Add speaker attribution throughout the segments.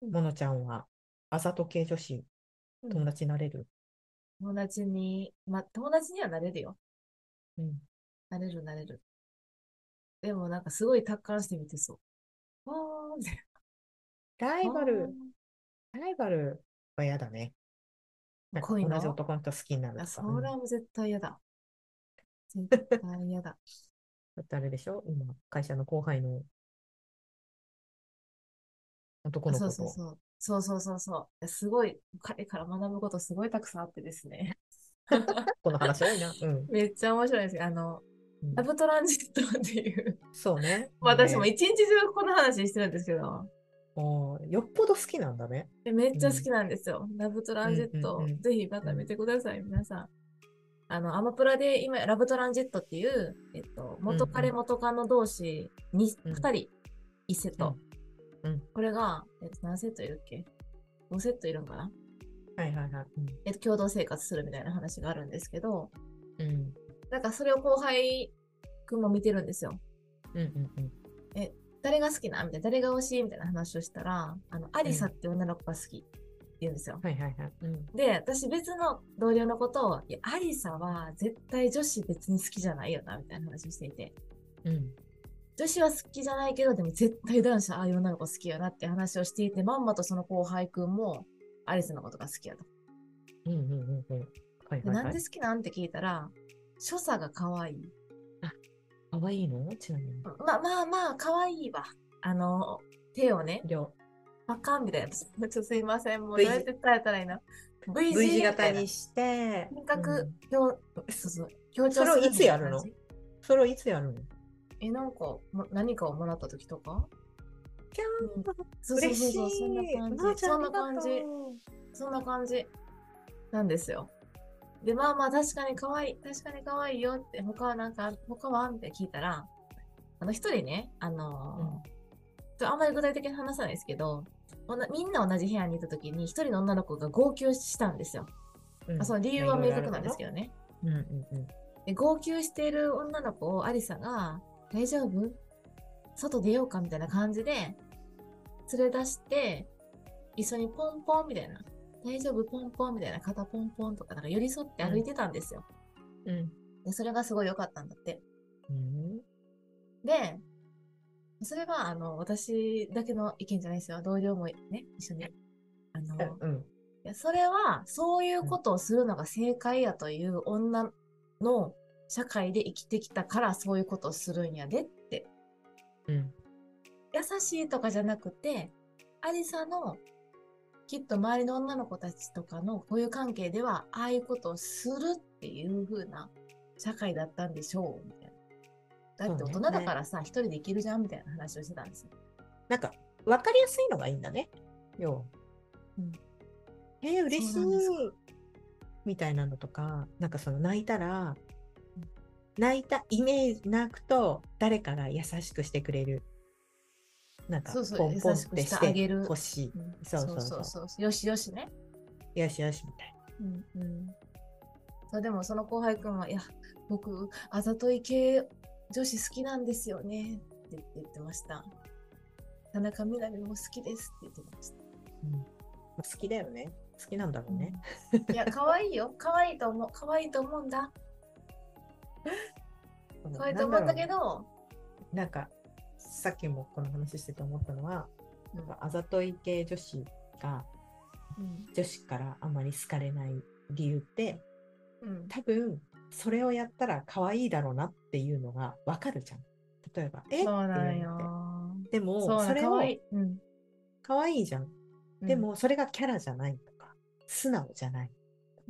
Speaker 1: ものちゃんは、あざと系女子、
Speaker 2: うん
Speaker 1: 友達になれる。
Speaker 2: 友達に、ま、友達にはなれるよ。
Speaker 1: うん。
Speaker 2: なれるなれる。でもなんかすごい達観して見てそう。わーみたいな。
Speaker 1: ライバ
Speaker 2: あ
Speaker 1: ル、ライバルは嫌だね。
Speaker 2: ー
Speaker 1: なんか
Speaker 2: 恋の
Speaker 1: 同じ男の人好きになる
Speaker 2: あ、
Speaker 1: と
Speaker 2: そ
Speaker 1: か。
Speaker 2: れ
Speaker 1: うん
Speaker 2: はもう絶対嫌だ。絶対 嫌だ。
Speaker 1: だってあれでしょ今、会社の後輩の男の子
Speaker 2: そ
Speaker 1: と。
Speaker 2: うそうそう。そうそうそうそう。いやすごい、彼から学ぶことすごいたくさんあってですね。
Speaker 1: この話多いな。うん。
Speaker 2: めっちゃ面白いですよ。あの、
Speaker 1: うん
Speaker 2: ラブトランジットっていう。
Speaker 1: そうね。
Speaker 2: 私も
Speaker 1: ね
Speaker 2: 一日中この話してるんですけど、
Speaker 1: おーよっぽど好きなんだね。
Speaker 2: でめっちゃ好きなんですよ。ラブトランジット、
Speaker 1: うんうんうん
Speaker 2: ぜひまた見てください、皆さん。あの、アマプラで今、ラブトランジットっていう、えっと、元
Speaker 1: う
Speaker 2: 彼
Speaker 1: ん
Speaker 2: 元カノ同士に、
Speaker 1: うん
Speaker 2: 2人、1セット。
Speaker 1: うんうん
Speaker 2: これが、えっと、何セットいるっけ ?5 セットいるんかな
Speaker 1: はいはいはい。
Speaker 2: えっと、共同生活するみたいな話があるんですけど、
Speaker 1: うん。うん。
Speaker 2: なんかそれを後輩くんも見てるんですよ。
Speaker 1: うんうんうん。
Speaker 2: 誰が好きなみたいな、誰が推しみたいな話をしたら、あの、アリサって女の子が好きって言うんですよ。
Speaker 1: はいはいはい。うん。
Speaker 2: で、私別の同僚のことを、いや、アリサは絶対女子別に好きじゃないよな、みたいな話をしていて。
Speaker 1: うん。
Speaker 2: 女子は好きじゃないけど、でも絶対男子はああいう女の子好きよなって話をしていて、まんまとその後輩くんも、アリサのことが好きやと。
Speaker 1: うんうんうんうん。はい
Speaker 2: で
Speaker 1: はい
Speaker 2: なん
Speaker 1: は
Speaker 2: で
Speaker 1: い。
Speaker 2: 好きなんって聞いたら、所作が可愛い。
Speaker 1: かわいいのちなみに。
Speaker 2: まあまあまあ、可愛いわ。あの、手をね、
Speaker 1: りょ
Speaker 2: パカンみたいな。ちょっとすいません。もう
Speaker 1: V
Speaker 2: どうやって伝えたらいいの ?V
Speaker 1: V 字
Speaker 2: みた
Speaker 1: 型
Speaker 2: いな
Speaker 1: にして、
Speaker 2: 感
Speaker 1: う
Speaker 2: 覚
Speaker 1: ん、
Speaker 2: 強、そうそう、強
Speaker 1: そ
Speaker 2: 調
Speaker 1: れを
Speaker 2: する
Speaker 1: いつ
Speaker 2: みたな
Speaker 1: やるの
Speaker 2: 感じ
Speaker 1: それをいつやるの
Speaker 2: え、なんか、も何かをもらった時とか
Speaker 1: キャ
Speaker 2: う
Speaker 1: ー
Speaker 2: そうそう
Speaker 1: 嬉
Speaker 2: そう
Speaker 1: しい。
Speaker 2: そう、そんな感
Speaker 1: まーちゃんありがと
Speaker 2: じ。そんな感じ。
Speaker 1: う
Speaker 2: そんな感じなんですよ。で、まあまあ、確かに可愛い、確かに可愛いよって、他はなんか、他はって聞いたら、あの、一人ね、あのーちょあんまり具体的に話さないですけど、おなみんな同じ部屋にいた時に、一人の女の子が号泣したんですよ。
Speaker 1: うん
Speaker 2: あその理由は明確なんですけどね。
Speaker 1: うんうんうん。
Speaker 2: で号泣している女の子をアリサが「大丈夫外出ようか」みたいな感じで連れ出して一緒にポンポンみたいな「大丈夫ポンポン」みたいな肩ポンポンとかなんか寄り添って歩いてたんですよ。
Speaker 1: うん。
Speaker 2: でそれがすごい良かったんだって。
Speaker 1: うん。
Speaker 2: でそれはあの私だけの意見じゃないですよ同僚もね一緒に。あ
Speaker 1: え
Speaker 2: の
Speaker 1: うん。
Speaker 2: いやそれはそういうことをするのが正解やという女の社会で生きてきたからそういうことをするんやでって
Speaker 1: うん。
Speaker 2: 優しいとかじゃなくてアリサのきっと周りの女の子たちとかのこういう関係ではああいうことをするっていう風な社会だったんでしょうみたいな。だって大人だからさ、一人で生きるじゃんみたいな話をしてたんですよ。
Speaker 1: なんか、わかりやすいのがいいんだね。よう
Speaker 2: うん。
Speaker 1: えー、嬉しい
Speaker 2: そうなんです。
Speaker 1: みたいなのとか、なんかその泣いたら、泣いたイメージ、泣くと誰かが優しくしてくれる。なんか、
Speaker 2: そうそう
Speaker 1: ポンポン
Speaker 2: 優
Speaker 1: っ
Speaker 2: しく
Speaker 1: て
Speaker 2: して
Speaker 1: し
Speaker 2: あげ
Speaker 1: て
Speaker 2: る
Speaker 1: ほしい。
Speaker 2: うん
Speaker 1: そうそうそう
Speaker 2: よしよしね。
Speaker 1: よしよしみたい
Speaker 2: うんうん、そうでもその後輩くんは「いや僕あざとい系女子好きなんですよね」って言って言ってました田中みな実も好きですって言ってまし
Speaker 1: な。うん好きだよね。好きなんだろうね。
Speaker 2: た、いや可愛いよ可愛いと思う可愛いと思うんだ
Speaker 1: うん
Speaker 2: 可愛いと思うんだ
Speaker 1: な
Speaker 2: け
Speaker 1: んろ
Speaker 2: ど
Speaker 1: うなんか、さっきもこの話してて思ったのは、
Speaker 2: う
Speaker 1: なんかあざとい系女子が
Speaker 2: ん
Speaker 1: 女子からあまり好かれない理由って、
Speaker 2: うん
Speaker 1: 多分それをやったら可愛いだろうなっていうのがわかるじゃん。例えば、え
Speaker 2: そうなん
Speaker 1: って言われてで
Speaker 2: よそう
Speaker 1: も、
Speaker 2: なん
Speaker 1: それ
Speaker 2: 可
Speaker 1: を
Speaker 2: 愛いうん
Speaker 1: 可愛いじゃん。
Speaker 2: うん
Speaker 1: でも、それがキャラじゃないとか、素直じゃないと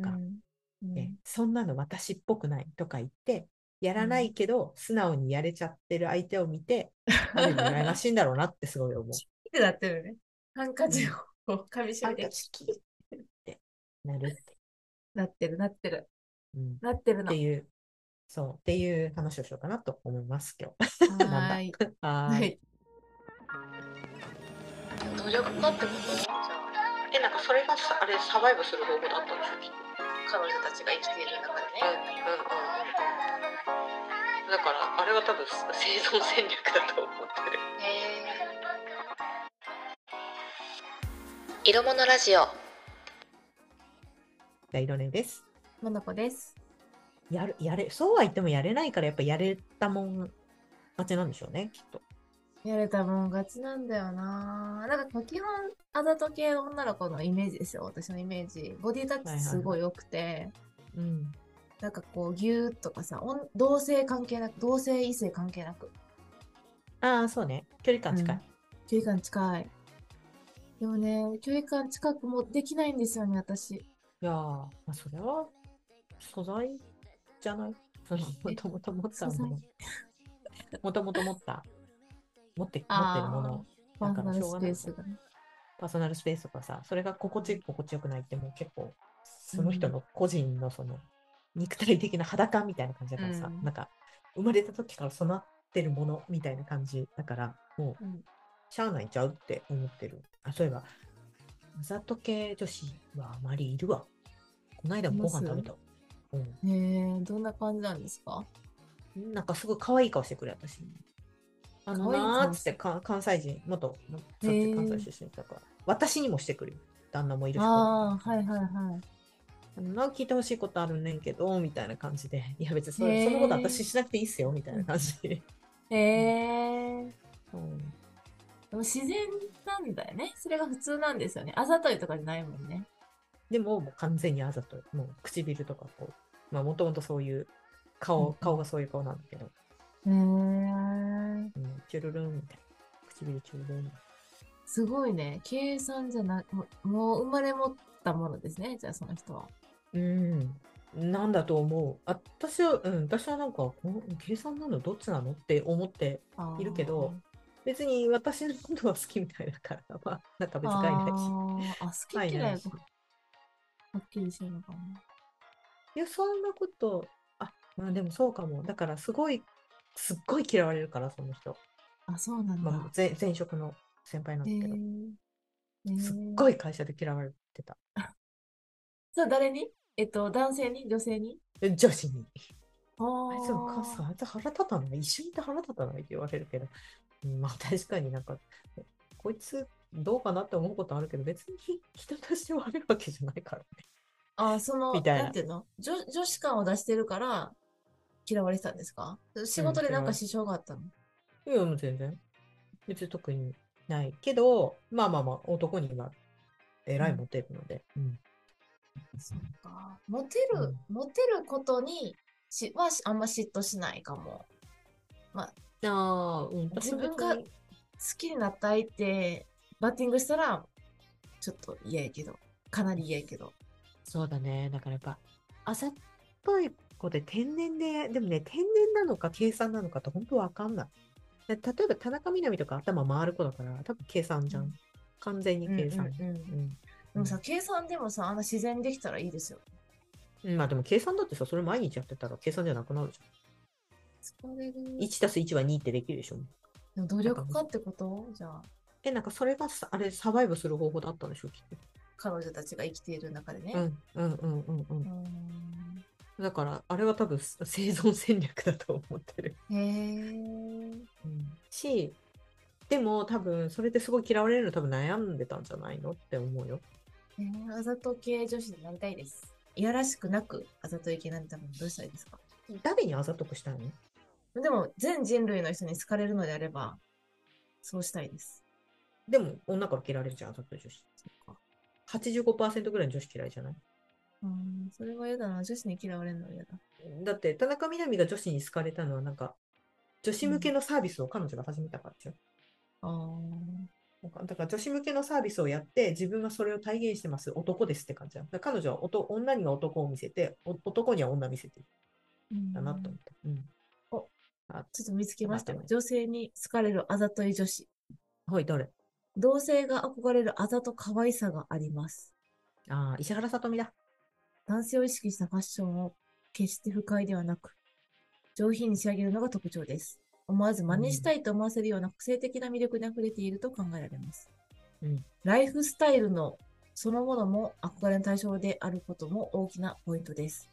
Speaker 2: う
Speaker 1: か、
Speaker 2: んうん
Speaker 1: ねそんなの私っぽくないとか言って、やらないけど、素直にやれちゃってる相手を見て、 ある意味羨 ましいんだろうなってすごい思う。
Speaker 2: ってなってるねハンカチをこう噛みし
Speaker 1: な
Speaker 2: め
Speaker 1: んか
Speaker 2: て
Speaker 1: 好きってなるって。
Speaker 2: なってるなってる
Speaker 1: うん
Speaker 2: なってる
Speaker 1: っ
Speaker 2: の
Speaker 1: ていう、そう、っていう話をしようかなと思います、今日。なんだ
Speaker 2: はーい
Speaker 1: は
Speaker 2: は
Speaker 1: ーい。
Speaker 2: い努力家ってことじゃあ
Speaker 1: え、なんかそれがさ、あれ、サバイブする方法だったんでしょ、きっと。
Speaker 2: 彼女たちが生きている中
Speaker 1: うん、うん、
Speaker 2: で
Speaker 1: うんだ
Speaker 2: ね。
Speaker 1: から、あれは多分生存戦略だと思ってる。
Speaker 2: へー色物ラジオ。
Speaker 1: じゃあ、いろねです。
Speaker 2: モノコです。
Speaker 1: やる、やれ、そうは言ってもやれないから、やっぱやれたもん勝ちなんでしょうね、きっと。
Speaker 2: やれたもん勝ちなんだよな。なんか基本、あざと系の女の子のイメージですよ、私のイメージ。ボディタッチすごい良くて、
Speaker 1: うん。
Speaker 2: なんかこう、ぎゅーっとかさ、おん同性関係なく、同性異性関係なく、
Speaker 1: ああ、そうね。距離感近い。
Speaker 2: 距離感近い。でもね、距離感近くもできないんですよね、私。
Speaker 1: いやー、まあ、それは素材じゃ ないそのもともと持ったもの。もともと持った。持って持ってるもの。
Speaker 2: パーソナ
Speaker 1: だから
Speaker 2: ル
Speaker 1: しょう
Speaker 2: ス
Speaker 1: が
Speaker 2: ペ
Speaker 1: ない
Speaker 2: ースがね。
Speaker 1: パーソナルスペースとかさ、それが心地よく心地よくないってもう結構、その人の個人のその肉体的な裸みたいな感じだからさ、
Speaker 2: うん
Speaker 1: なんか生まれた時から備わってるものみたいな感じだから、もう
Speaker 2: うん
Speaker 1: しゃあないちゃうって思ってる。あ、そういえば、あざと系女子はあまりいるわ。この間もご飯食べた。うん
Speaker 2: ねえ、どんな感じなんですか
Speaker 1: なんかすごい可愛い顔してくれ、私。あの
Speaker 2: 可愛い
Speaker 1: なー
Speaker 2: 顔
Speaker 1: っつっ
Speaker 2: して
Speaker 1: てか関西人、元、
Speaker 2: へ
Speaker 1: そっ
Speaker 2: ー
Speaker 1: ち関西出身だから、私にもしてくるよ。旦那もいるし。
Speaker 2: ああ、はいはいはい。
Speaker 1: あのな聞いてほしいことあるねんけど、みたいな感じで。いや、別にそ,、
Speaker 2: へー
Speaker 1: そのこと私しなくていいっすよ、みたいな感じで。
Speaker 2: へえ。
Speaker 1: うん、
Speaker 2: でも自然なんだよね。それが普通なんですよね。あざといとかじゃないもんね。
Speaker 1: でも、もう完全にあざとい。もう唇とかこう、まあ、もともとそういう顔、
Speaker 2: うん
Speaker 1: 顔がそういう顔なんだけど、
Speaker 2: へえ。
Speaker 1: うん、チュルルンみたいな。唇チュルルン。
Speaker 2: すごいね。計算じゃなく、もうもう生まれ持ったものですね。じゃあその人は。
Speaker 1: うん、なんだと思う。私は、うん、私はなんか、この計算なのどっちなのって思って、
Speaker 2: あー
Speaker 1: いるけど、別に私のことは好きみたいだから、まあ、なんか別に害ないし。
Speaker 2: あーあ、好
Speaker 1: 害
Speaker 2: き嫌
Speaker 1: ないいし
Speaker 2: がはっきりしてるのかな。
Speaker 1: いや、そんなこと、あ、まあでもそうかも。だから、すごい、すっごい嫌われるから、その人。
Speaker 2: あ、そうなんだ。
Speaker 1: まあ、前前職の先輩なん
Speaker 2: へ
Speaker 1: だ
Speaker 2: え
Speaker 1: けど、。
Speaker 2: へえ
Speaker 1: すっごい会社で嫌われてた。
Speaker 2: それは誰にえっと、男性に女性に
Speaker 1: え女子に。
Speaker 2: あ
Speaker 1: あいつお母さん、あいつ腹立たない一緒にいて腹立たないって言われるけど、うんまあ確かになんか、えこいつどうかなって思うことあるけど、別に人として悪いわけじゃないからね。
Speaker 2: あー、その、
Speaker 1: みたいな
Speaker 2: なんていうの女女子感を出してるから嫌われてたんですか仕事でなんか支障があったの、
Speaker 1: いや、もう全然。別に特にないけど、まあまあまあ、男にはえらいモテるので。うん
Speaker 2: そっか。モテる、モテることにしはしあんま嫉妬しないかも。
Speaker 1: ああ、うん、
Speaker 2: 自分が好きになった相手、バッティングしたら、ちょっと嫌やけど、かなり嫌やけど。
Speaker 1: そうだね。だからやっぱ、あざっぽい子で天然で、でもね、天然なのか計算なのかって本当わかんない。で例えば田中みな実とか頭回る子だから、多分計算じゃ
Speaker 2: うんん。
Speaker 1: 完全に計算。
Speaker 2: うんうんうん
Speaker 1: うん
Speaker 2: でもさ、計算でもさ、あんな自然にできたらいいですよ。
Speaker 1: うんまあでも計算だってさ、それ毎日やってたら計算じゃなくなるじ
Speaker 2: それが
Speaker 1: ゃん。1たす1は2ってできるでしょ。
Speaker 2: でも努力家ってことじゃあ、
Speaker 1: え、なんかそれがさ、あれ、サバイブする方法だったんでしょ、きっと。
Speaker 2: 彼女たちが生きている中でね。
Speaker 1: うんうんうんうんう。
Speaker 2: うんー
Speaker 1: だから、あれは多分生存戦略だと思ってる。
Speaker 2: んへえ。
Speaker 1: し、でも多分それですごい嫌われるの多分悩んでたんじゃないのって思うよ。
Speaker 2: えーあざと系女子になりたいです。いやらしくなくあざとい系になるためにどうしたらいいですか
Speaker 1: 誰にあざとくしたいの
Speaker 2: でも、全人類の人に好かれるのであれば、そうしたいです。
Speaker 1: でも女から嫌われるじゃん、あざとい女子。
Speaker 2: そっか。
Speaker 1: 85%ぐらいの女子嫌いじゃない
Speaker 2: うん、それは嫌だな。女子に嫌われるのは嫌だ。
Speaker 1: だって田中みな実が女子に好かれたのはなんか女子向けのサービスを彼女が始めたからですよ。
Speaker 2: あー
Speaker 1: なんかだから女子向けのサービスをやって自分はそれを体現してます男ですって感じだ。だから彼女は男女には男を見せてお男には女見せてる
Speaker 2: うん
Speaker 1: んだなと思った。うん
Speaker 2: ちょっと見つけましたよ
Speaker 1: ちょっ。
Speaker 2: 女性に好かれるあざとい女子。
Speaker 1: はい、誰
Speaker 2: 同性が憧れるあざと可愛さがあります。
Speaker 1: ああ、石原さとみだ。
Speaker 2: 男性を意識したファッションを決して不快ではなく、上品に仕上げるのが特徴です。思わず真似したいと思わせるような個性的な魅力に溢れていると考えられます。
Speaker 1: うん
Speaker 2: ライフスタイルのそのものも憧れの対象であることも大きなポイントです。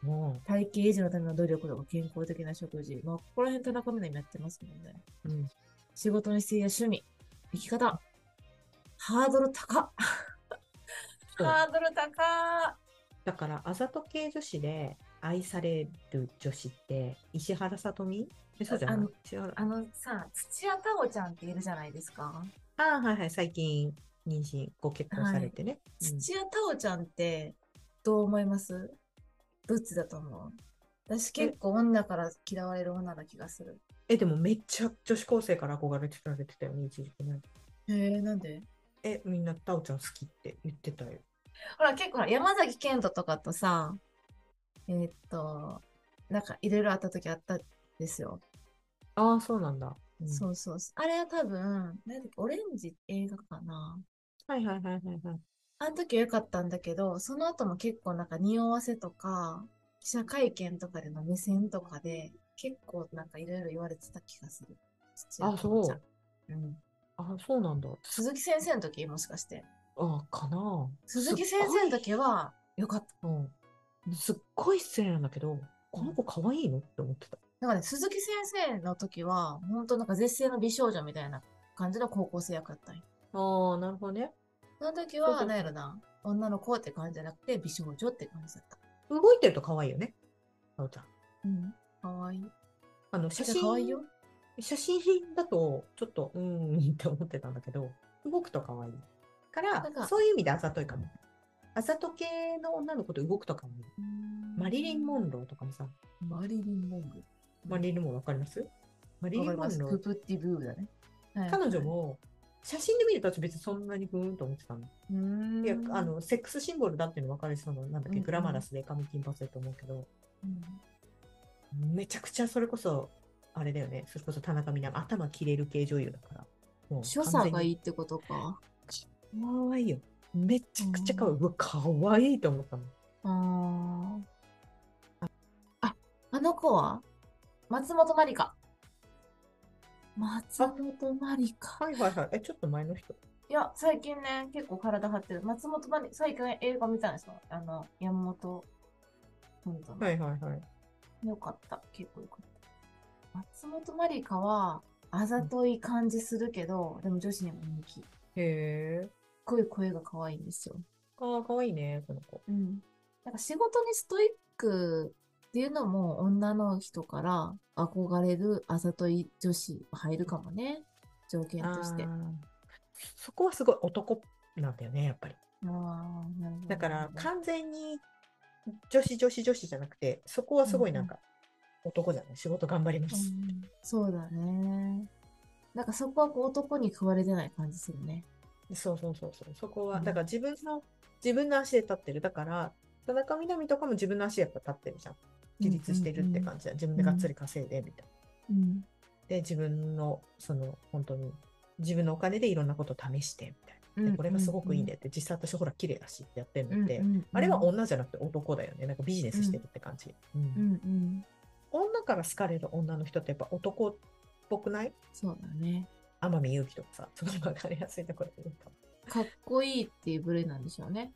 Speaker 1: も
Speaker 2: 体型維持のための努力とか健康的な食事。まあ、ここら辺田中みな実やってますもんね。
Speaker 1: う、うん、
Speaker 2: 仕事の姿勢や趣味、生き方、ハードル高っ。
Speaker 1: そう
Speaker 2: ハードル高っ。
Speaker 1: だから、あざと系女子で愛される女子って、石原さとみえそうじゃ
Speaker 2: あ
Speaker 1: な
Speaker 2: の
Speaker 1: い石原
Speaker 2: あのさ、土屋太鳳ちゃんっているじゃないですか。
Speaker 1: ああ、はいはい、最近、妊娠、ご結婚されてね。うん
Speaker 2: 土屋太鳳ちゃんってどう思いますどっちだと思う私結構女から嫌われる女な気がする。
Speaker 1: え、でもめっちゃ女子高生から憧れてられてたよね、一時期ね。
Speaker 2: へえ、なんで
Speaker 1: え、みんな、たおちゃん好きって言ってたよ。
Speaker 2: ほら、結構ほら山崎賢人とかとさ、えーっと、なんかいろいろあった時あったんですよ。
Speaker 1: ああ、そうなんだ。うん
Speaker 2: そうそうそう。あれは多分、なんだっけオレンジ映画かな。
Speaker 1: はいはいはいはいはい。
Speaker 2: あの時は良かったんだけど、その後も結構なんか匂わせとか、記者会見とかでの目線とかで、結構なんかいろいろ言われてた気がする。土屋
Speaker 1: あ
Speaker 2: 太鳳ちゃん
Speaker 1: そ
Speaker 2: うん。
Speaker 1: ああ、そうなんだ。
Speaker 2: 鈴木先生の時もしかして。
Speaker 1: ああ、かな。
Speaker 2: 鈴木先生の時は良かった。
Speaker 1: すっごい、うん。すっごい失礼なんだけど、この子可愛いのって思ってた。
Speaker 2: なんかね、鈴木先生の時は、本当なんか絶世の美少女みたいな感じの高校生役だったんよ
Speaker 1: ああ、なるほどね。
Speaker 2: その時
Speaker 1: そうそう
Speaker 2: は、
Speaker 1: そう
Speaker 2: なんやろな、女の子って感じじゃなくて、美少女って感じだった。
Speaker 1: 動いてると可愛いよね。たおちゃん。
Speaker 2: うん。かわいい。
Speaker 1: あの、写
Speaker 2: じゃあ
Speaker 1: 真
Speaker 2: かわいいよ。
Speaker 1: 写真だと、ちょっと、うーんって思ってたんだけど、動くと可愛い。から
Speaker 2: なん、か
Speaker 1: そういう意味であざといかも。あざと系の女の子と動くと可愛い。マリリン・モンローとかもさ、
Speaker 2: マリリン・モング。
Speaker 1: マリリン・モンローわかりますマリ
Speaker 2: わ
Speaker 1: リン・
Speaker 2: かり
Speaker 1: モ
Speaker 2: ま
Speaker 1: ン
Speaker 2: す。
Speaker 1: ロ
Speaker 2: プ
Speaker 1: ー。
Speaker 2: プッティ・ブーだね。はい
Speaker 1: 彼女。も、写真で見ると私別にそんなにブーンと思ってたの。
Speaker 2: うーん。
Speaker 1: いや、あの、セックスシンボルだっていうの分かりそうな、なんだっ
Speaker 2: うん
Speaker 1: け、
Speaker 2: うん
Speaker 1: グラマラスで髪金髪だと思うけど、
Speaker 2: うん、
Speaker 1: めちゃくちゃそれこそ、あれだよね、それこそ田中みな実、頭切れる系女優だから。もう
Speaker 2: 所作が
Speaker 1: 完全に
Speaker 2: いいってことか。
Speaker 1: 可愛いよ。めちゃくちゃ可愛い。うわ、可愛いと思ったもん。
Speaker 2: あーあ、あの子は松本まりか。松本まりか。
Speaker 1: はいはいはい。え、ちょっと前の人。
Speaker 2: いや、最近ね、結構体張ってる。松本まり、最近映画見たんですよ。あの、山本。本当の
Speaker 1: はいはいはい。
Speaker 2: よかった。結構よかった。松本まりかは、あざとい感じするけど、でも女子にも人気。すっ
Speaker 1: へえ。
Speaker 2: ごい声が可愛いんですよ。
Speaker 1: ああ、可愛いね、この子。
Speaker 2: うん。なんか仕事にストイックっていうのも女の人から憧れるあざとい女子入るかもね。条件として。あ
Speaker 1: あーそこはすごい男なんだよね、やっぱり。
Speaker 2: ーなるほど
Speaker 1: だか
Speaker 2: なる
Speaker 1: ら
Speaker 2: ほど
Speaker 1: 完全に女子女子女子じゃなくて、そこはすごいなんか男じゃない。仕事頑張りま
Speaker 2: う
Speaker 1: す。
Speaker 2: んそうだね。なんかそこはこう男に食われてない感じするね。
Speaker 1: そうそうそうそう。そこ
Speaker 2: う
Speaker 1: は、
Speaker 2: ん
Speaker 1: だから自分の、自分の足で立ってる。だから、田中みな実とかも自分の足でやっぱ立ってるじゃん。自立してるって感じだ。自分でがっつり稼いで、みたいな。
Speaker 2: じ。うん
Speaker 1: で、自分の、その、本当に、自分のお金でいろんなことを試して、みたい
Speaker 2: うん
Speaker 1: な。で、これがすごくいいんだ
Speaker 2: よ
Speaker 1: よって、実際私ほら、綺麗だしってやってる
Speaker 2: うん
Speaker 1: のって、
Speaker 2: うんうん
Speaker 1: あれは女じゃなくて男だよね。なんかビジネスしてるって感じ。うん
Speaker 2: うんうん。
Speaker 1: 女から好かれる女の人ってやっぱ男っぽくない
Speaker 2: そうだね。
Speaker 1: 天海祐希とかさ、その分かりやすいところで言うかも。
Speaker 2: かっこいいっていう部類なんでしょうね。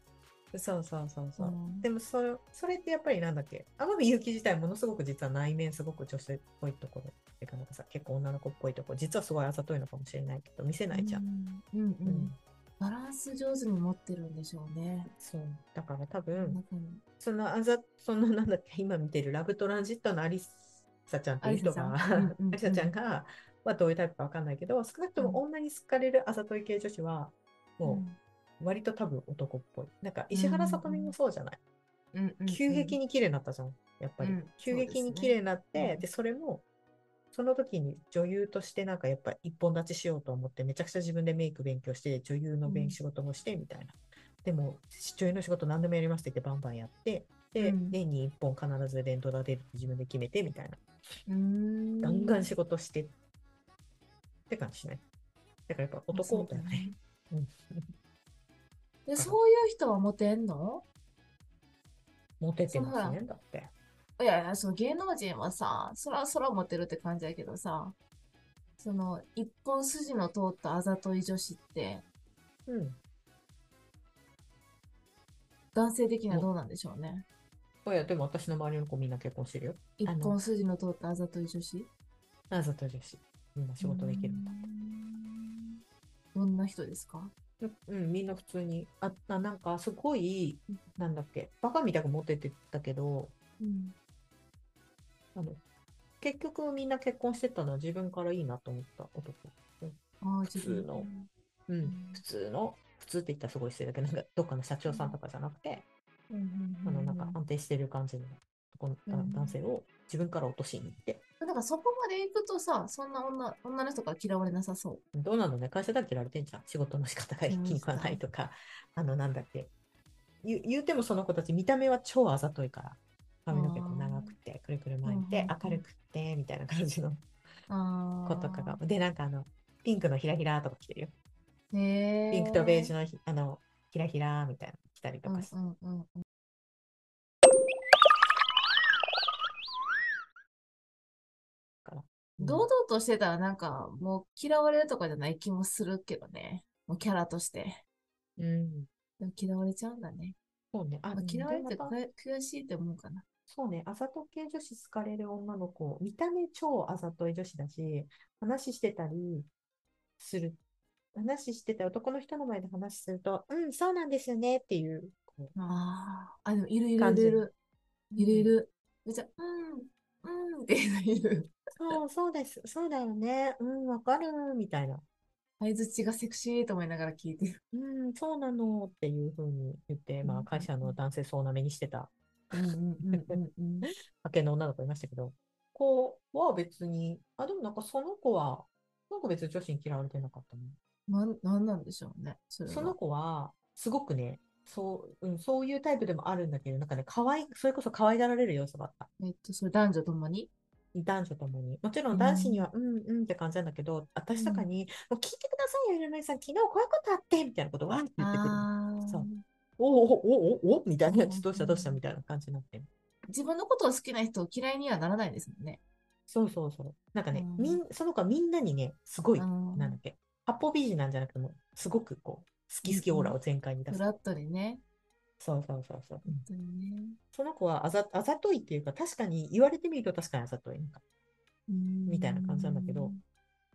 Speaker 1: そうそうそうそう。
Speaker 2: うん
Speaker 1: でもそれ、それってやっぱりなんだっけ天海祐希自体ものすごく実は内面すごく女性っぽいところっていうかなんかさ、結構女の子っぽいところ、実はすごいあざといのかもしれないけど、見せないじゃん。
Speaker 2: うんうんう
Speaker 1: うん
Speaker 2: ん。バランス上手に持ってるんでしょうね。
Speaker 1: そう。だから多分、
Speaker 2: 中に
Speaker 1: そのあざ、そのなんだっけ、今見てるラブトランジットのアリサちゃんっていう人が、
Speaker 2: ア
Speaker 1: ア
Speaker 2: リ
Speaker 1: リ
Speaker 2: サ
Speaker 1: サ
Speaker 2: さんうんうんうん
Speaker 1: ちゃんが、まあどういうタイプかわかんないけど、少なくとも女に好かれるあざとい系女子は、もう割と多分男っぽい。なんか石原さとみもそうじゃない、
Speaker 2: うんうんうん
Speaker 1: 急激に綺麗になったじゃん、やっぱり。
Speaker 2: うん
Speaker 1: 急激に綺
Speaker 2: そうですね
Speaker 1: 麗になって、
Speaker 2: うん
Speaker 1: で、それも、その時に女優としてなんかやっぱ一本立ちしようと思って、めちゃくちゃ自分でメイク勉強して、女優の
Speaker 2: う
Speaker 1: 勉
Speaker 2: ん
Speaker 1: 仕事もしてみたいな。でも、女優の仕事何でもやりますって言ってバンバンやって、で、
Speaker 2: うん
Speaker 1: 年に一本必ず連ドラ出るって自分で決めてみたいな。
Speaker 2: うーん
Speaker 1: ガンガン仕事してって感じしない。だからやっぱ男だよね。
Speaker 2: そうだねで
Speaker 1: ん
Speaker 2: そういう人はモテんの
Speaker 1: モテてます
Speaker 2: そう
Speaker 1: ね、だって。
Speaker 2: いやいや、その芸能人はさ、そらそらモテるって感じやけどさ、その一本筋の通ったあざとい女子って
Speaker 1: うん。
Speaker 2: 男性的にはどうなんでしょうね。
Speaker 1: いや、でも私の周りの子みんな結婚してるよ。
Speaker 2: 一
Speaker 1: あの
Speaker 2: 本筋の通ったあざとい女子
Speaker 1: あざと女子。みんな仕事できるんだ。
Speaker 2: うーんどんな人ですか
Speaker 1: うん、みんな普通に。あ、ななんか、すごい、なんだっけ、バカみたいにモテてたけど、
Speaker 2: うん。
Speaker 1: あの、結局みんな結婚してったのは自分からいいなと思った男。
Speaker 2: ああ、
Speaker 1: 普通のう
Speaker 2: 自分。
Speaker 1: ん、普通の、普通って言ったらすごい失礼だけど、なんかどっかの社長さんとかじゃなくて、
Speaker 2: うんうんうん
Speaker 1: あの、なんか安定してる感じの男のだ
Speaker 2: うん
Speaker 1: 男性を自分から落としに行って、
Speaker 2: なんかそこまで行くとさ、そんな女、女の人から嫌われなさそう。
Speaker 1: どうなのね、会社だけられてんじゃん。仕事の仕方が気に食わないとか、あの、なんだっけ。言う言うてもその子たち見た目は超あざといから。髪の毛こう長くて、くるくる巻い
Speaker 2: うんう
Speaker 1: て
Speaker 2: んうん、
Speaker 1: 明るくって、みたいな感じの
Speaker 2: あ
Speaker 1: 子
Speaker 2: あ。
Speaker 1: とかが。で、なんかあの、ピンクのひらひらとか着てるよ。
Speaker 2: へえ。
Speaker 1: ピンクとベージュ
Speaker 2: ュ
Speaker 1: のひあのひらひらみたいなの着たりとかして。
Speaker 2: うんうんうんうん。
Speaker 1: ん
Speaker 2: 堂々としてたらなんかもう嫌われるとかじゃない気もするけどね。もうキャラとして。
Speaker 1: うん。
Speaker 2: でも嫌われちゃうんだね。
Speaker 1: そうね。あ
Speaker 2: まあ、嫌われて
Speaker 1: でまた
Speaker 2: 悔悔しいって思うかな。
Speaker 1: そうね。あざと系女子好かれる女の子、見た目超あざとい女子だし、話してたりする。話してた男の人の前で話すると、うん、そうなんですよねっていう。こ
Speaker 2: ああ。あ、でもいるいる
Speaker 1: 感
Speaker 2: い
Speaker 1: じ
Speaker 2: るいる。
Speaker 1: う
Speaker 2: いるいる。めっちゃ、うん、うんっている。
Speaker 1: そう、そうです。そうだよね。うん、わかる。みたいな。
Speaker 2: 相づちがセクシーと思いながら聞いてる。
Speaker 1: うん、そうなのっていうふうに言って、まあ、会社の男性そうな目にしてた
Speaker 2: うんうんうんうんうん。
Speaker 1: 派遣の女の子いましたけど、子は別に、あ、でもなんかその子は、その子別に女子に嫌われてなかったね。
Speaker 2: なん、なんなんでしょうね。それは
Speaker 1: その子は、すごくね、そう、うん、そういうタイプでもあるんだけど、なんかね、可愛い、それこそ可愛がられる要素があった。
Speaker 2: えっと、それ男女ともに。
Speaker 1: 男女ともに。もちろ
Speaker 2: うん
Speaker 1: ん男子には、うん、うんって感じなんだけど、私とかに、もう聞いてくださいよ、いろさん、昨日こういうことあって、みたいなことわーって言ってくる。
Speaker 2: あー
Speaker 1: そうおおおおおみたいな、
Speaker 2: うん
Speaker 1: どうしたどうしたみたいな感じになって。
Speaker 2: 自分のことを好きな人を嫌いにはならないですもんね。
Speaker 1: そうそうそう。なんかね、
Speaker 2: うん
Speaker 1: みん、その子はみんなにね、すごい、
Speaker 2: あー
Speaker 1: なんだっけ、八方美人なんじゃなくても、すごくこう、好き好きオーラを全開に出
Speaker 2: フ
Speaker 1: す。
Speaker 2: ラットにね。
Speaker 1: そうそうそうそう。
Speaker 2: 本当にね。
Speaker 1: その子はあざ、あざといっていうか、確かに言われてみると確かにあざとい。なんか
Speaker 2: み
Speaker 1: みたいな感じなんだけど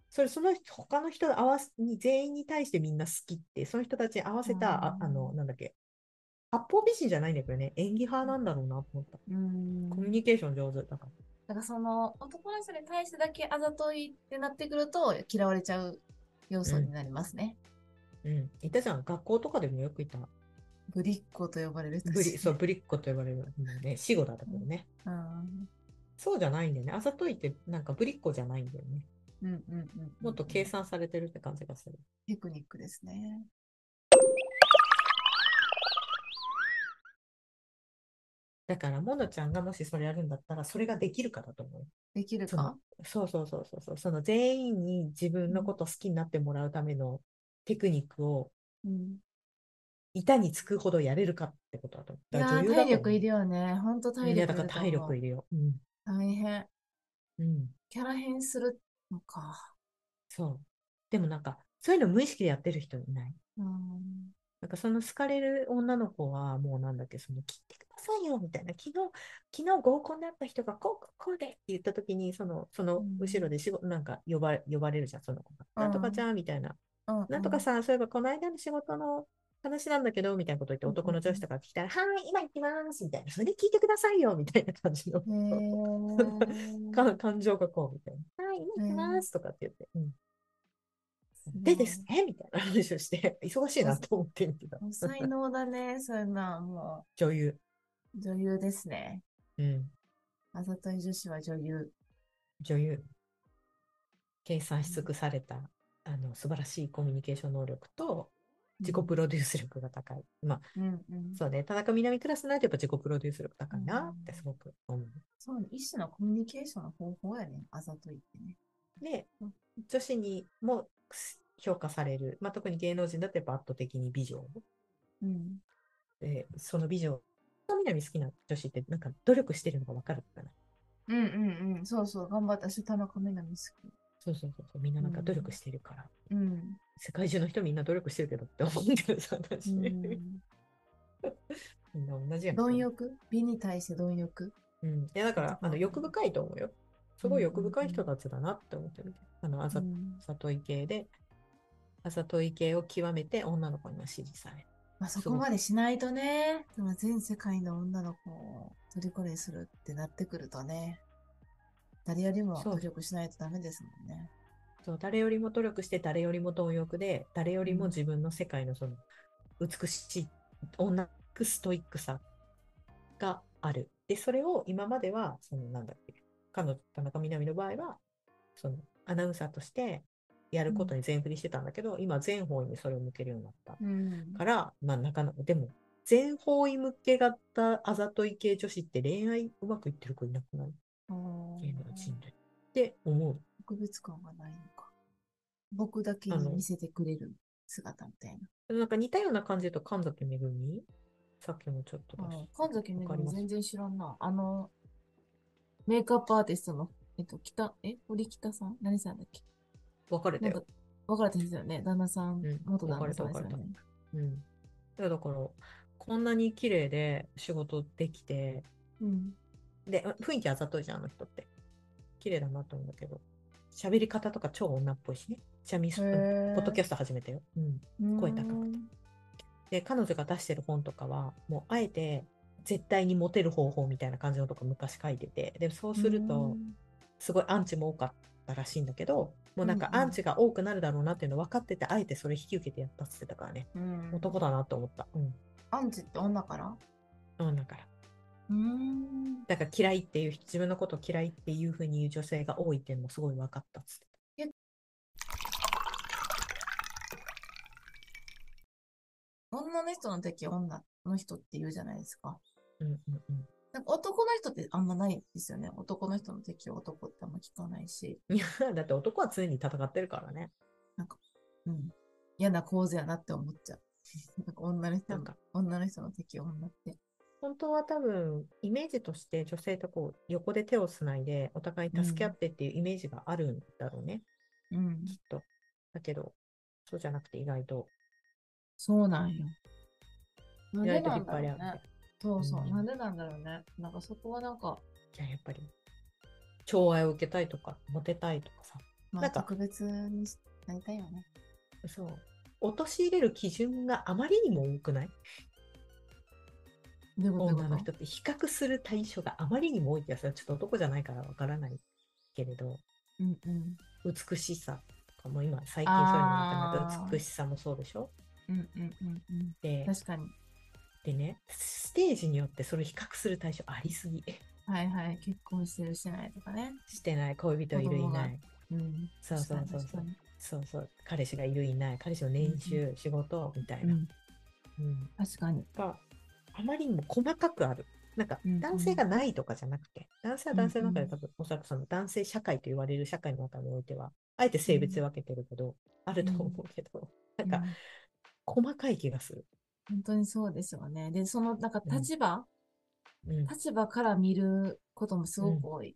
Speaker 1: それ、その人他の人合わせに、全員に対してみんな好きって、その人たちに合わせた、あ、
Speaker 2: あー
Speaker 1: あの、なんだっけ、八方美人じゃないんだけどね、演技派なんだろうなと思った。
Speaker 2: うん。
Speaker 1: コミュニケーション上手だから。
Speaker 2: だからその男の人に対してだけあざといってなってくると嫌われちゃう要素になりますね。
Speaker 1: うん。いたじゃん。学校とかでもよくいた。
Speaker 2: ぶりっ子と呼ばれる人
Speaker 1: ぶり、そう、ぶりっ子と呼ばれる。うんね、死語だったけどね。
Speaker 2: うん。うん
Speaker 1: そうじゃないんだよね。あざといってなんかぶりっ子じゃないんだよね。
Speaker 2: うんうん。
Speaker 1: もっと計算されてるって感じがする。
Speaker 2: テクニックですね。
Speaker 1: だから、モノちゃんがもしそれやるんだったら、それができるかだと思う。
Speaker 2: できる
Speaker 1: その
Speaker 2: か
Speaker 1: そうそうそうそうそう。その全員に自分のこと好きになってもらうためのテクニックを
Speaker 2: うん。
Speaker 1: 板につくほどやれるかってことだと思う。
Speaker 2: いや
Speaker 1: だから
Speaker 2: ー、
Speaker 1: 女優だ
Speaker 2: 体
Speaker 1: と思う
Speaker 2: 力いるよね。ほんと体
Speaker 1: いや、だか
Speaker 2: 力いる
Speaker 1: ら体
Speaker 2: と思
Speaker 1: 力
Speaker 2: う
Speaker 1: い。るよ。うん。
Speaker 2: 大変。
Speaker 1: うん。
Speaker 2: キャラ変するのか。
Speaker 1: そう。でもなんか、そういうの無意識でやってる人いない
Speaker 2: うん。
Speaker 1: なんかその好かれる女の子はもうなんだっけ、その切ってくださいよみたいな、昨日、昨日合コンだった人がこうこうこうでって言った時に、その、その
Speaker 2: うん
Speaker 1: 後ろで仕事、なんか呼ばれ、呼ばれるじゃん、その子が。
Speaker 2: うん
Speaker 1: なんとかちゃんみたいな。
Speaker 2: うん
Speaker 1: なんとかさん、そういえばこの間の仕事の話なんだけど、みたいなこと言って
Speaker 2: うんうんうん
Speaker 1: 男の上司とかが来たら、はーい、今行きますみたいな。それで聞いてくださいよみたいな感じの
Speaker 2: へ ー
Speaker 1: か感情がこうみたいな。はい、今行きますとかって言って。うんでです。ね、みたいな話をして、忙しいなと思ってみてた
Speaker 2: もう才能だね。そういうのはも
Speaker 1: 女優。
Speaker 2: う女優ですね。
Speaker 1: うん。
Speaker 2: あざとい女子は女優。
Speaker 1: 女優。計算し尽くされた、あの、素晴らしいコミュニケーション能力と、自己プロデュース力が高い。まあ、
Speaker 2: うんうん。
Speaker 1: そうね、田中みな実クラスになるとやっぱ自己プロデュース力高いなって
Speaker 2: うん
Speaker 1: すごく思う。
Speaker 2: そうね。一種のコミュニケーションの方法やね。あざといってね。
Speaker 1: で
Speaker 2: うん、
Speaker 1: 女子にも評価される。まあ、特に芸能人だとやっぱ圧倒的に美女。
Speaker 2: うん。
Speaker 1: で、その美女、田中みな実好きな女子ってなんか努力してるのがわかるから。
Speaker 2: うんうんうん。そうそう。頑張った。私、田中みな実好き。
Speaker 1: そうそうそうそう、みんななんか努力してるから。
Speaker 2: うん。
Speaker 1: 世界中の人みんな努力してるけどって思うんだけどさ、私。み
Speaker 2: うん
Speaker 1: な同じやん。
Speaker 2: 貪欲美に対して貪欲。
Speaker 1: うん、いやだから、あの
Speaker 2: うん
Speaker 1: 欲深いと思うよ。すごい欲
Speaker 2: うんうん
Speaker 1: 深
Speaker 2: う
Speaker 1: い
Speaker 2: ん
Speaker 1: 人たちだなって思ってる。あの、あざ
Speaker 2: うん
Speaker 1: さとい系で、あざとい系を極めて女の子にも支持される。
Speaker 2: まあ、そこまでしないとね、でも全世界の女の子を虜にするってなってくるとね、誰よりも
Speaker 1: そう
Speaker 2: 努力しないとダメですもんね。
Speaker 1: そう誰よりも努力して誰よりも貪欲で誰よりも自分の世界のその美しい女のストイックさがある。でそれを今まではそのなんだっけ彼女田中みな実の場合はそのアナウンサーとしてやることに全振りしてたんだけど、今全方位にそれを向けるようになった
Speaker 2: うん
Speaker 1: から、まあなかなかでも全方位向け型あざとい系女子って恋愛うまくいってる子いなくない
Speaker 2: おー
Speaker 1: 芸能人類って思う。
Speaker 2: 特別感がないのか。僕だけ
Speaker 1: あ
Speaker 2: に
Speaker 1: の
Speaker 2: 見せてくれる姿みたいな。
Speaker 1: なんか似たような感じだと神崎めぐみさっきもちょっとだ
Speaker 2: あ
Speaker 1: し。
Speaker 2: 神崎め
Speaker 1: わかり
Speaker 2: ぐみ
Speaker 1: ます
Speaker 2: 全然知らんな。あの、メイクアップアーティストの、えっと、北、え堀北さん何さんだっけ
Speaker 1: 別れた
Speaker 2: なん
Speaker 1: よ
Speaker 2: か。、別れた人ですよね。旦那さん、
Speaker 1: うん
Speaker 2: 元旦那さんですよ
Speaker 1: 別れた
Speaker 2: ね。
Speaker 1: うん。いやだから、こんなに綺麗で仕事できて、
Speaker 2: うん。
Speaker 1: で、雰囲気あざといじゃん、あの人って。綺麗だなと思うんだけど。喋り方とか超女っぽいしね。ちなみに、うんポッドキャスト始めたよ。うん。声高く
Speaker 2: て。
Speaker 1: で、彼女が出してる本とかは、もうあえて、絶対にモテる方法みたいな感じのとか昔書いてて、で、そうすると、
Speaker 2: うん
Speaker 1: すごいアンチも多かったらしいんだけど、もうなんか
Speaker 2: うんうん
Speaker 1: アンチが多くなるだろうなっていうの分かってて、あえてそれ引き受けてやったって言ってたからね、
Speaker 2: うん
Speaker 1: 男だなと思った。うん。
Speaker 2: アンチって女から
Speaker 1: 女から。
Speaker 2: うーん。
Speaker 1: だから嫌いっていう、自分のことを嫌いっていうふうに言う女性が多いっていうのもすごい分かったっつってた。
Speaker 2: 女の人の敵女の人って言うじゃないですか。
Speaker 1: うんうん
Speaker 2: なんか男の人ってあんまないですよね。男の人の敵を男ってあんま聞かないし、
Speaker 1: うん。いや、 だって男は常に戦ってるからね。
Speaker 2: うん。嫌な構図やなって思っちゃ う。なんか女の人
Speaker 1: な
Speaker 2: の
Speaker 1: ん、か、
Speaker 2: 女の人の敵女って。
Speaker 1: 本当は多分、イメージとして女性とこう、横で手をつないで、お互い助け合ってっていうイメージがあるんだろうね、
Speaker 2: うん。
Speaker 1: きっと。だけど、そうじゃなくて意外と、
Speaker 2: そうなんよ。なん
Speaker 1: 意
Speaker 2: で
Speaker 1: 外と
Speaker 2: な
Speaker 1: 引
Speaker 2: ん
Speaker 1: っ
Speaker 2: だ
Speaker 1: 張
Speaker 2: ろう
Speaker 1: り合
Speaker 2: ね
Speaker 1: って。。
Speaker 2: そうそう、
Speaker 1: うん
Speaker 2: なんでなんだろうね。なんかそこはなんか、
Speaker 1: いや、やっぱり、寵愛を受けたいとか、モテたいとかさ、
Speaker 2: ま
Speaker 1: な
Speaker 2: あ
Speaker 1: んか
Speaker 2: 特別になりたいよね。
Speaker 1: そう、陥れる基準があまりにも多くない
Speaker 2: どういうことどうい
Speaker 1: 女
Speaker 2: う
Speaker 1: の
Speaker 2: こ
Speaker 1: 人
Speaker 2: と
Speaker 1: って比較する対象があまりにも多い気がする。ちょっと男じゃないからわからないけれど、
Speaker 2: うんうん。
Speaker 1: 美しさとかも今、最近そういうのがなくなっ
Speaker 2: あ
Speaker 1: て美
Speaker 2: ー
Speaker 1: しさもそうでしょ
Speaker 2: うんうんうんうん。
Speaker 1: で
Speaker 2: 確かに。
Speaker 1: でね、ステージによってそれ比較する対象ありす ぎ。
Speaker 2: はいはい。結婚してるしてないとかね。
Speaker 1: してない、恋人いる
Speaker 2: 子
Speaker 1: い
Speaker 2: 供が
Speaker 1: ない。
Speaker 2: うん。
Speaker 1: そうそうそう
Speaker 2: 確
Speaker 1: そ
Speaker 2: か
Speaker 1: う
Speaker 2: に。
Speaker 1: そうそう。彼氏がいるいない。彼氏の年収、仕事みたいな。うん
Speaker 2: 確かに。
Speaker 1: があまりにも細かくある。なんか
Speaker 2: うんうん
Speaker 1: 男性がないとかじゃなくて、男性は男性の中
Speaker 2: う
Speaker 1: で
Speaker 2: んうん
Speaker 1: 多分、おそらくその男性社会と言われる社会の中においては、あえて性別分けてるけど、あると思うけど、なん
Speaker 2: う
Speaker 1: か
Speaker 2: ん
Speaker 1: 細かい気がする。
Speaker 2: 本当にそうですよね。で、その、なんか立場、
Speaker 1: うん、
Speaker 2: 立場から見ることもすごく多い。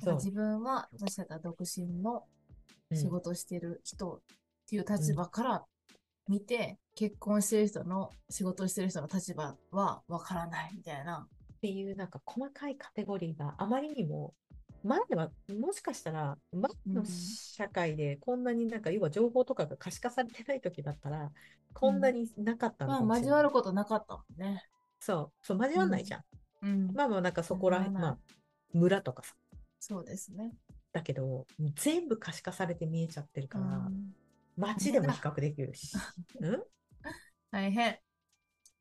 Speaker 1: そう
Speaker 2: なんか自分は、私だったら独身の
Speaker 1: うん
Speaker 2: 仕事してる人っていう立場から見て、結婚してる人の、仕事してる人の立場はわからないみたいな。
Speaker 1: っていうなんか細かいカテゴリーがあまりにも前ではもしかしたら前
Speaker 2: う
Speaker 1: の
Speaker 2: ん
Speaker 1: 社会でこんなになんか要は情報とかが可視化されてない時だったらこんなになかったの
Speaker 2: ま
Speaker 1: か
Speaker 2: あ、
Speaker 1: もしれ
Speaker 2: 交
Speaker 1: ない、
Speaker 2: わることなかったもんね。
Speaker 1: そうそう交わんな
Speaker 2: う
Speaker 1: い
Speaker 2: ん
Speaker 1: じゃん、
Speaker 2: うん。
Speaker 1: まあまあなんかそこら辺、
Speaker 2: 交わら
Speaker 1: ま
Speaker 2: な
Speaker 1: あ、村とかさ
Speaker 2: そうですね。
Speaker 1: だけど全部可視化されて見えちゃってるから、
Speaker 2: うん
Speaker 1: 街でも比較できるし、うん、
Speaker 2: 大変。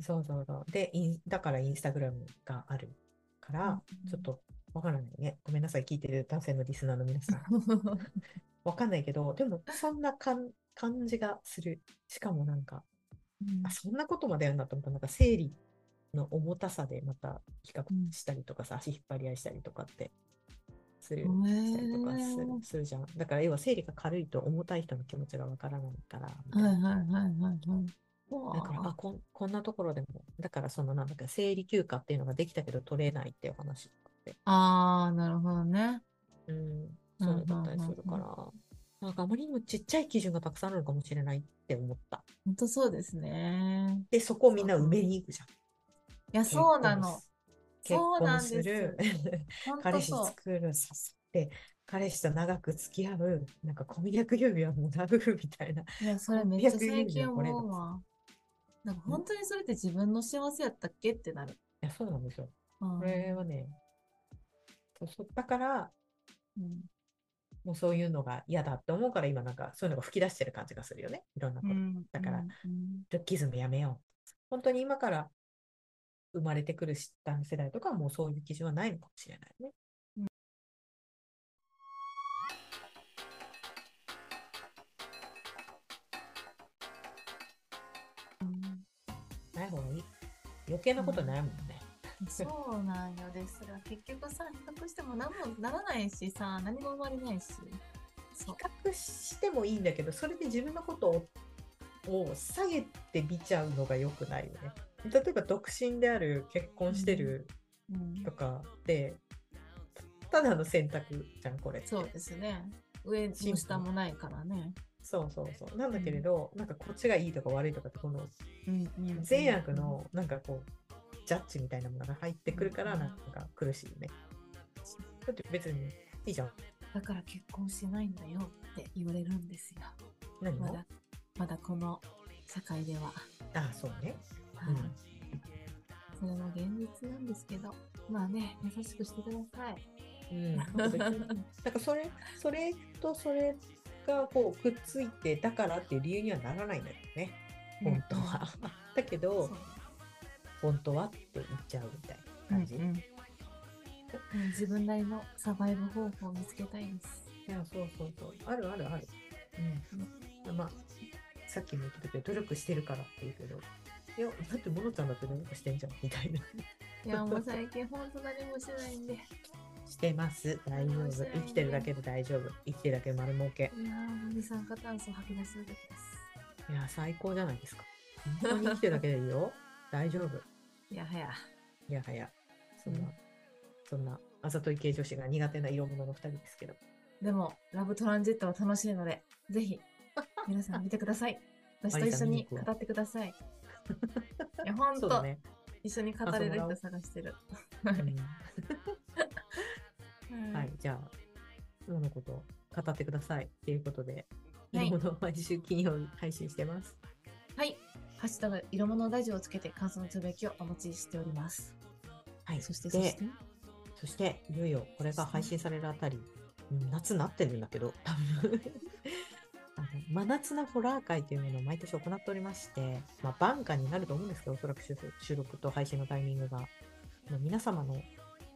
Speaker 1: そうそうそうでインだからインスタグラムがあるから、
Speaker 2: うん
Speaker 1: ち ょっとわからないねごめんなさい聞いてる男性のリスナーの皆さんわかんないけどでもそんな感感じがするしかもなんか
Speaker 2: うん
Speaker 1: あそんなことまでやるんだと思ったなんか生理の重たさでまた比較したりとかさ、足引っ張り合いしたりとかってする、したりとかする
Speaker 2: へー
Speaker 1: するじゃん。だから要は生理が軽いと重たい人の気持ちがわからないから。みたい
Speaker 2: はい
Speaker 1: な
Speaker 2: はいはいはいはい。
Speaker 1: だからあこん、こんなところでも、だからそのなんだっけ、生理休暇っていうのができたけど取れないっていう話とかって、
Speaker 2: ああ、なるほどね。
Speaker 1: うん、そうだったりするか
Speaker 2: うんうん
Speaker 1: ら、なんかあまりにもちっちゃい基準がたくさんあるのかもしれないって思った。
Speaker 2: 本当そうですね。
Speaker 1: で、そこをみんな埋めに行くじゃん。
Speaker 2: いや、そうなの。
Speaker 1: 結
Speaker 2: そうな
Speaker 1: 婚
Speaker 2: ん
Speaker 1: す
Speaker 2: です
Speaker 1: る、
Speaker 2: 本 当
Speaker 1: 彼氏
Speaker 2: そう。
Speaker 1: 作る、させて、彼氏と長く付き合う、なんか婚約指輪もらうみたいな。
Speaker 2: いや、それめっちゃ
Speaker 1: 800
Speaker 2: 最近
Speaker 1: これ
Speaker 2: 思うわ。なんか本当にそれって自分の幸せやったっけってなる。
Speaker 1: いや、そうなんですよ。
Speaker 2: うん
Speaker 1: これはね、そうそうだから、
Speaker 2: うん
Speaker 1: もうそういうのが嫌だって思うから、今なんかそういうのが吹き出してる感じがするよね。いろんなこと。だから、
Speaker 2: うん
Speaker 1: ルッキズムやめよう。本当に今から生まれてくる下の世代とかはもうそういう基準はないのかもしれないね。
Speaker 2: うん
Speaker 1: ない方がいい。余計なことないもんね。
Speaker 2: そうなんよですが、結局さ、比較しても何もならないしさ、何も生まれないし。そう。
Speaker 1: 比較してもいいんだけど、それで自分のことをを下げてみちゃうのが良くないよね。例えば独身である、結婚してる
Speaker 2: うん
Speaker 1: とかって、ただの選択じゃん、これって。
Speaker 2: そうですね。上も
Speaker 1: シンプル
Speaker 2: 下もないからね。
Speaker 1: そうそうそう。なんだけれど、なんかこっちがいいとか悪いとかって、この
Speaker 2: うんうん
Speaker 1: 善悪のなんかこうジャッジみたいなものが入ってくるから
Speaker 2: うん
Speaker 1: なんか苦しいよね。だって別にいいじゃん。
Speaker 2: だから結婚してないんだよって言われるんですよ。
Speaker 1: 何
Speaker 2: ま
Speaker 1: も
Speaker 2: だ、まだこの社会では。
Speaker 1: ああ、そうね。
Speaker 2: はい。それも現実なんですけど、まあね、優しくしてください。
Speaker 1: うん。なんか別 になんかそれ、それとそれがこうくっついてだからっていう理由にはならないんだよね。本当は。 だけ
Speaker 2: うん。
Speaker 1: ど
Speaker 2: そう、
Speaker 1: 本当はって言っちゃうみたいな感じ。
Speaker 2: うんうんうん自分なりのサバイブ方法を見つけたいです。
Speaker 1: いや、そうそうそう。あるあるある。うん。まあ、さっきも言ったけど、努力してるからって言うけど、いや、だって、モノちゃんだって努力してんじゃん、みたいな。
Speaker 2: いや、もう最近本当何もしてないんで。いや
Speaker 1: してます。大丈夫。生きてるだけで大丈夫。生きてるだけで丸儲け。
Speaker 2: ー、もう二酸化炭素を吐き出すだけです。
Speaker 1: いや、最高じゃないですか。本当に生きてるだけでいいよ。大丈夫。
Speaker 2: いやはや。
Speaker 1: いやはや。そんな、
Speaker 2: うん
Speaker 1: そんな、あざとい系女子が苦手な色物の二人ですけど。
Speaker 2: でも、ラブトランジットは楽しいので、ぜひ、皆さん見てくだ さい。私と一緒に語ってください。いや、ほん
Speaker 1: そ
Speaker 2: と
Speaker 1: う、だね。
Speaker 2: 一緒に語れる人探してる。は
Speaker 1: う
Speaker 2: い
Speaker 1: んはい、じゃあ、今のこと語ってください。ということで、
Speaker 2: はい
Speaker 1: 色物を毎週金曜日配信してます。
Speaker 2: はい。ハッシュタグ、色物ラジオをつけて感想のつぶやきをお持ちしております。
Speaker 1: はい、
Speaker 2: そして、
Speaker 1: で
Speaker 2: そして、
Speaker 1: そしていよいよこれが配信されるあたり、うん夏になってるんだけど、多分 あの真夏のホラー会というものを毎年行っておりまして、まあ、晩夏になると思うんですけど、おそらく収録収録と配信のタイミングが、まあ皆様の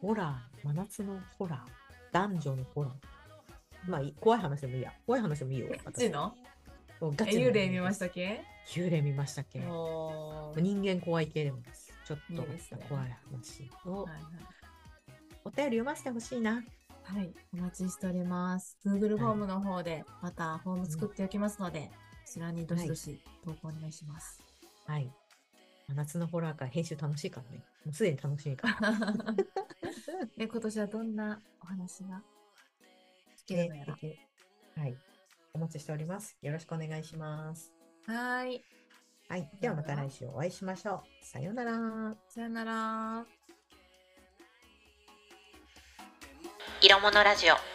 Speaker 1: ホラー、真夏のホラー、男女のホラー、まあ、い怖い話でもいいや、怖い話でもいいよ。
Speaker 2: ガチの
Speaker 1: 私。
Speaker 2: え、幽霊見ましたたっけ
Speaker 1: 幽霊見ましたっけ
Speaker 2: おー
Speaker 1: 人間怖い系でもいいです。ちょっと
Speaker 2: いいですね
Speaker 1: 怖い話を、
Speaker 2: はい
Speaker 1: お便り読ませてほしいな。
Speaker 2: はい、はいお待ちしております。Google フォームの方で、またフォーム作っておきますので、こちらにどしどし投稿お願いします。
Speaker 1: はい。真夏のホラー会、編集楽しいからね。もうすでに楽しいから。
Speaker 2: で、今年はどんなお話が聞けるのやら
Speaker 1: ね。ぜひはい。お待ちしております。よろしくお願いします。
Speaker 2: はーい、
Speaker 1: はい。ではまた来週お会いしましょう。さようなら。
Speaker 2: さよなら。
Speaker 3: 色物ラジオ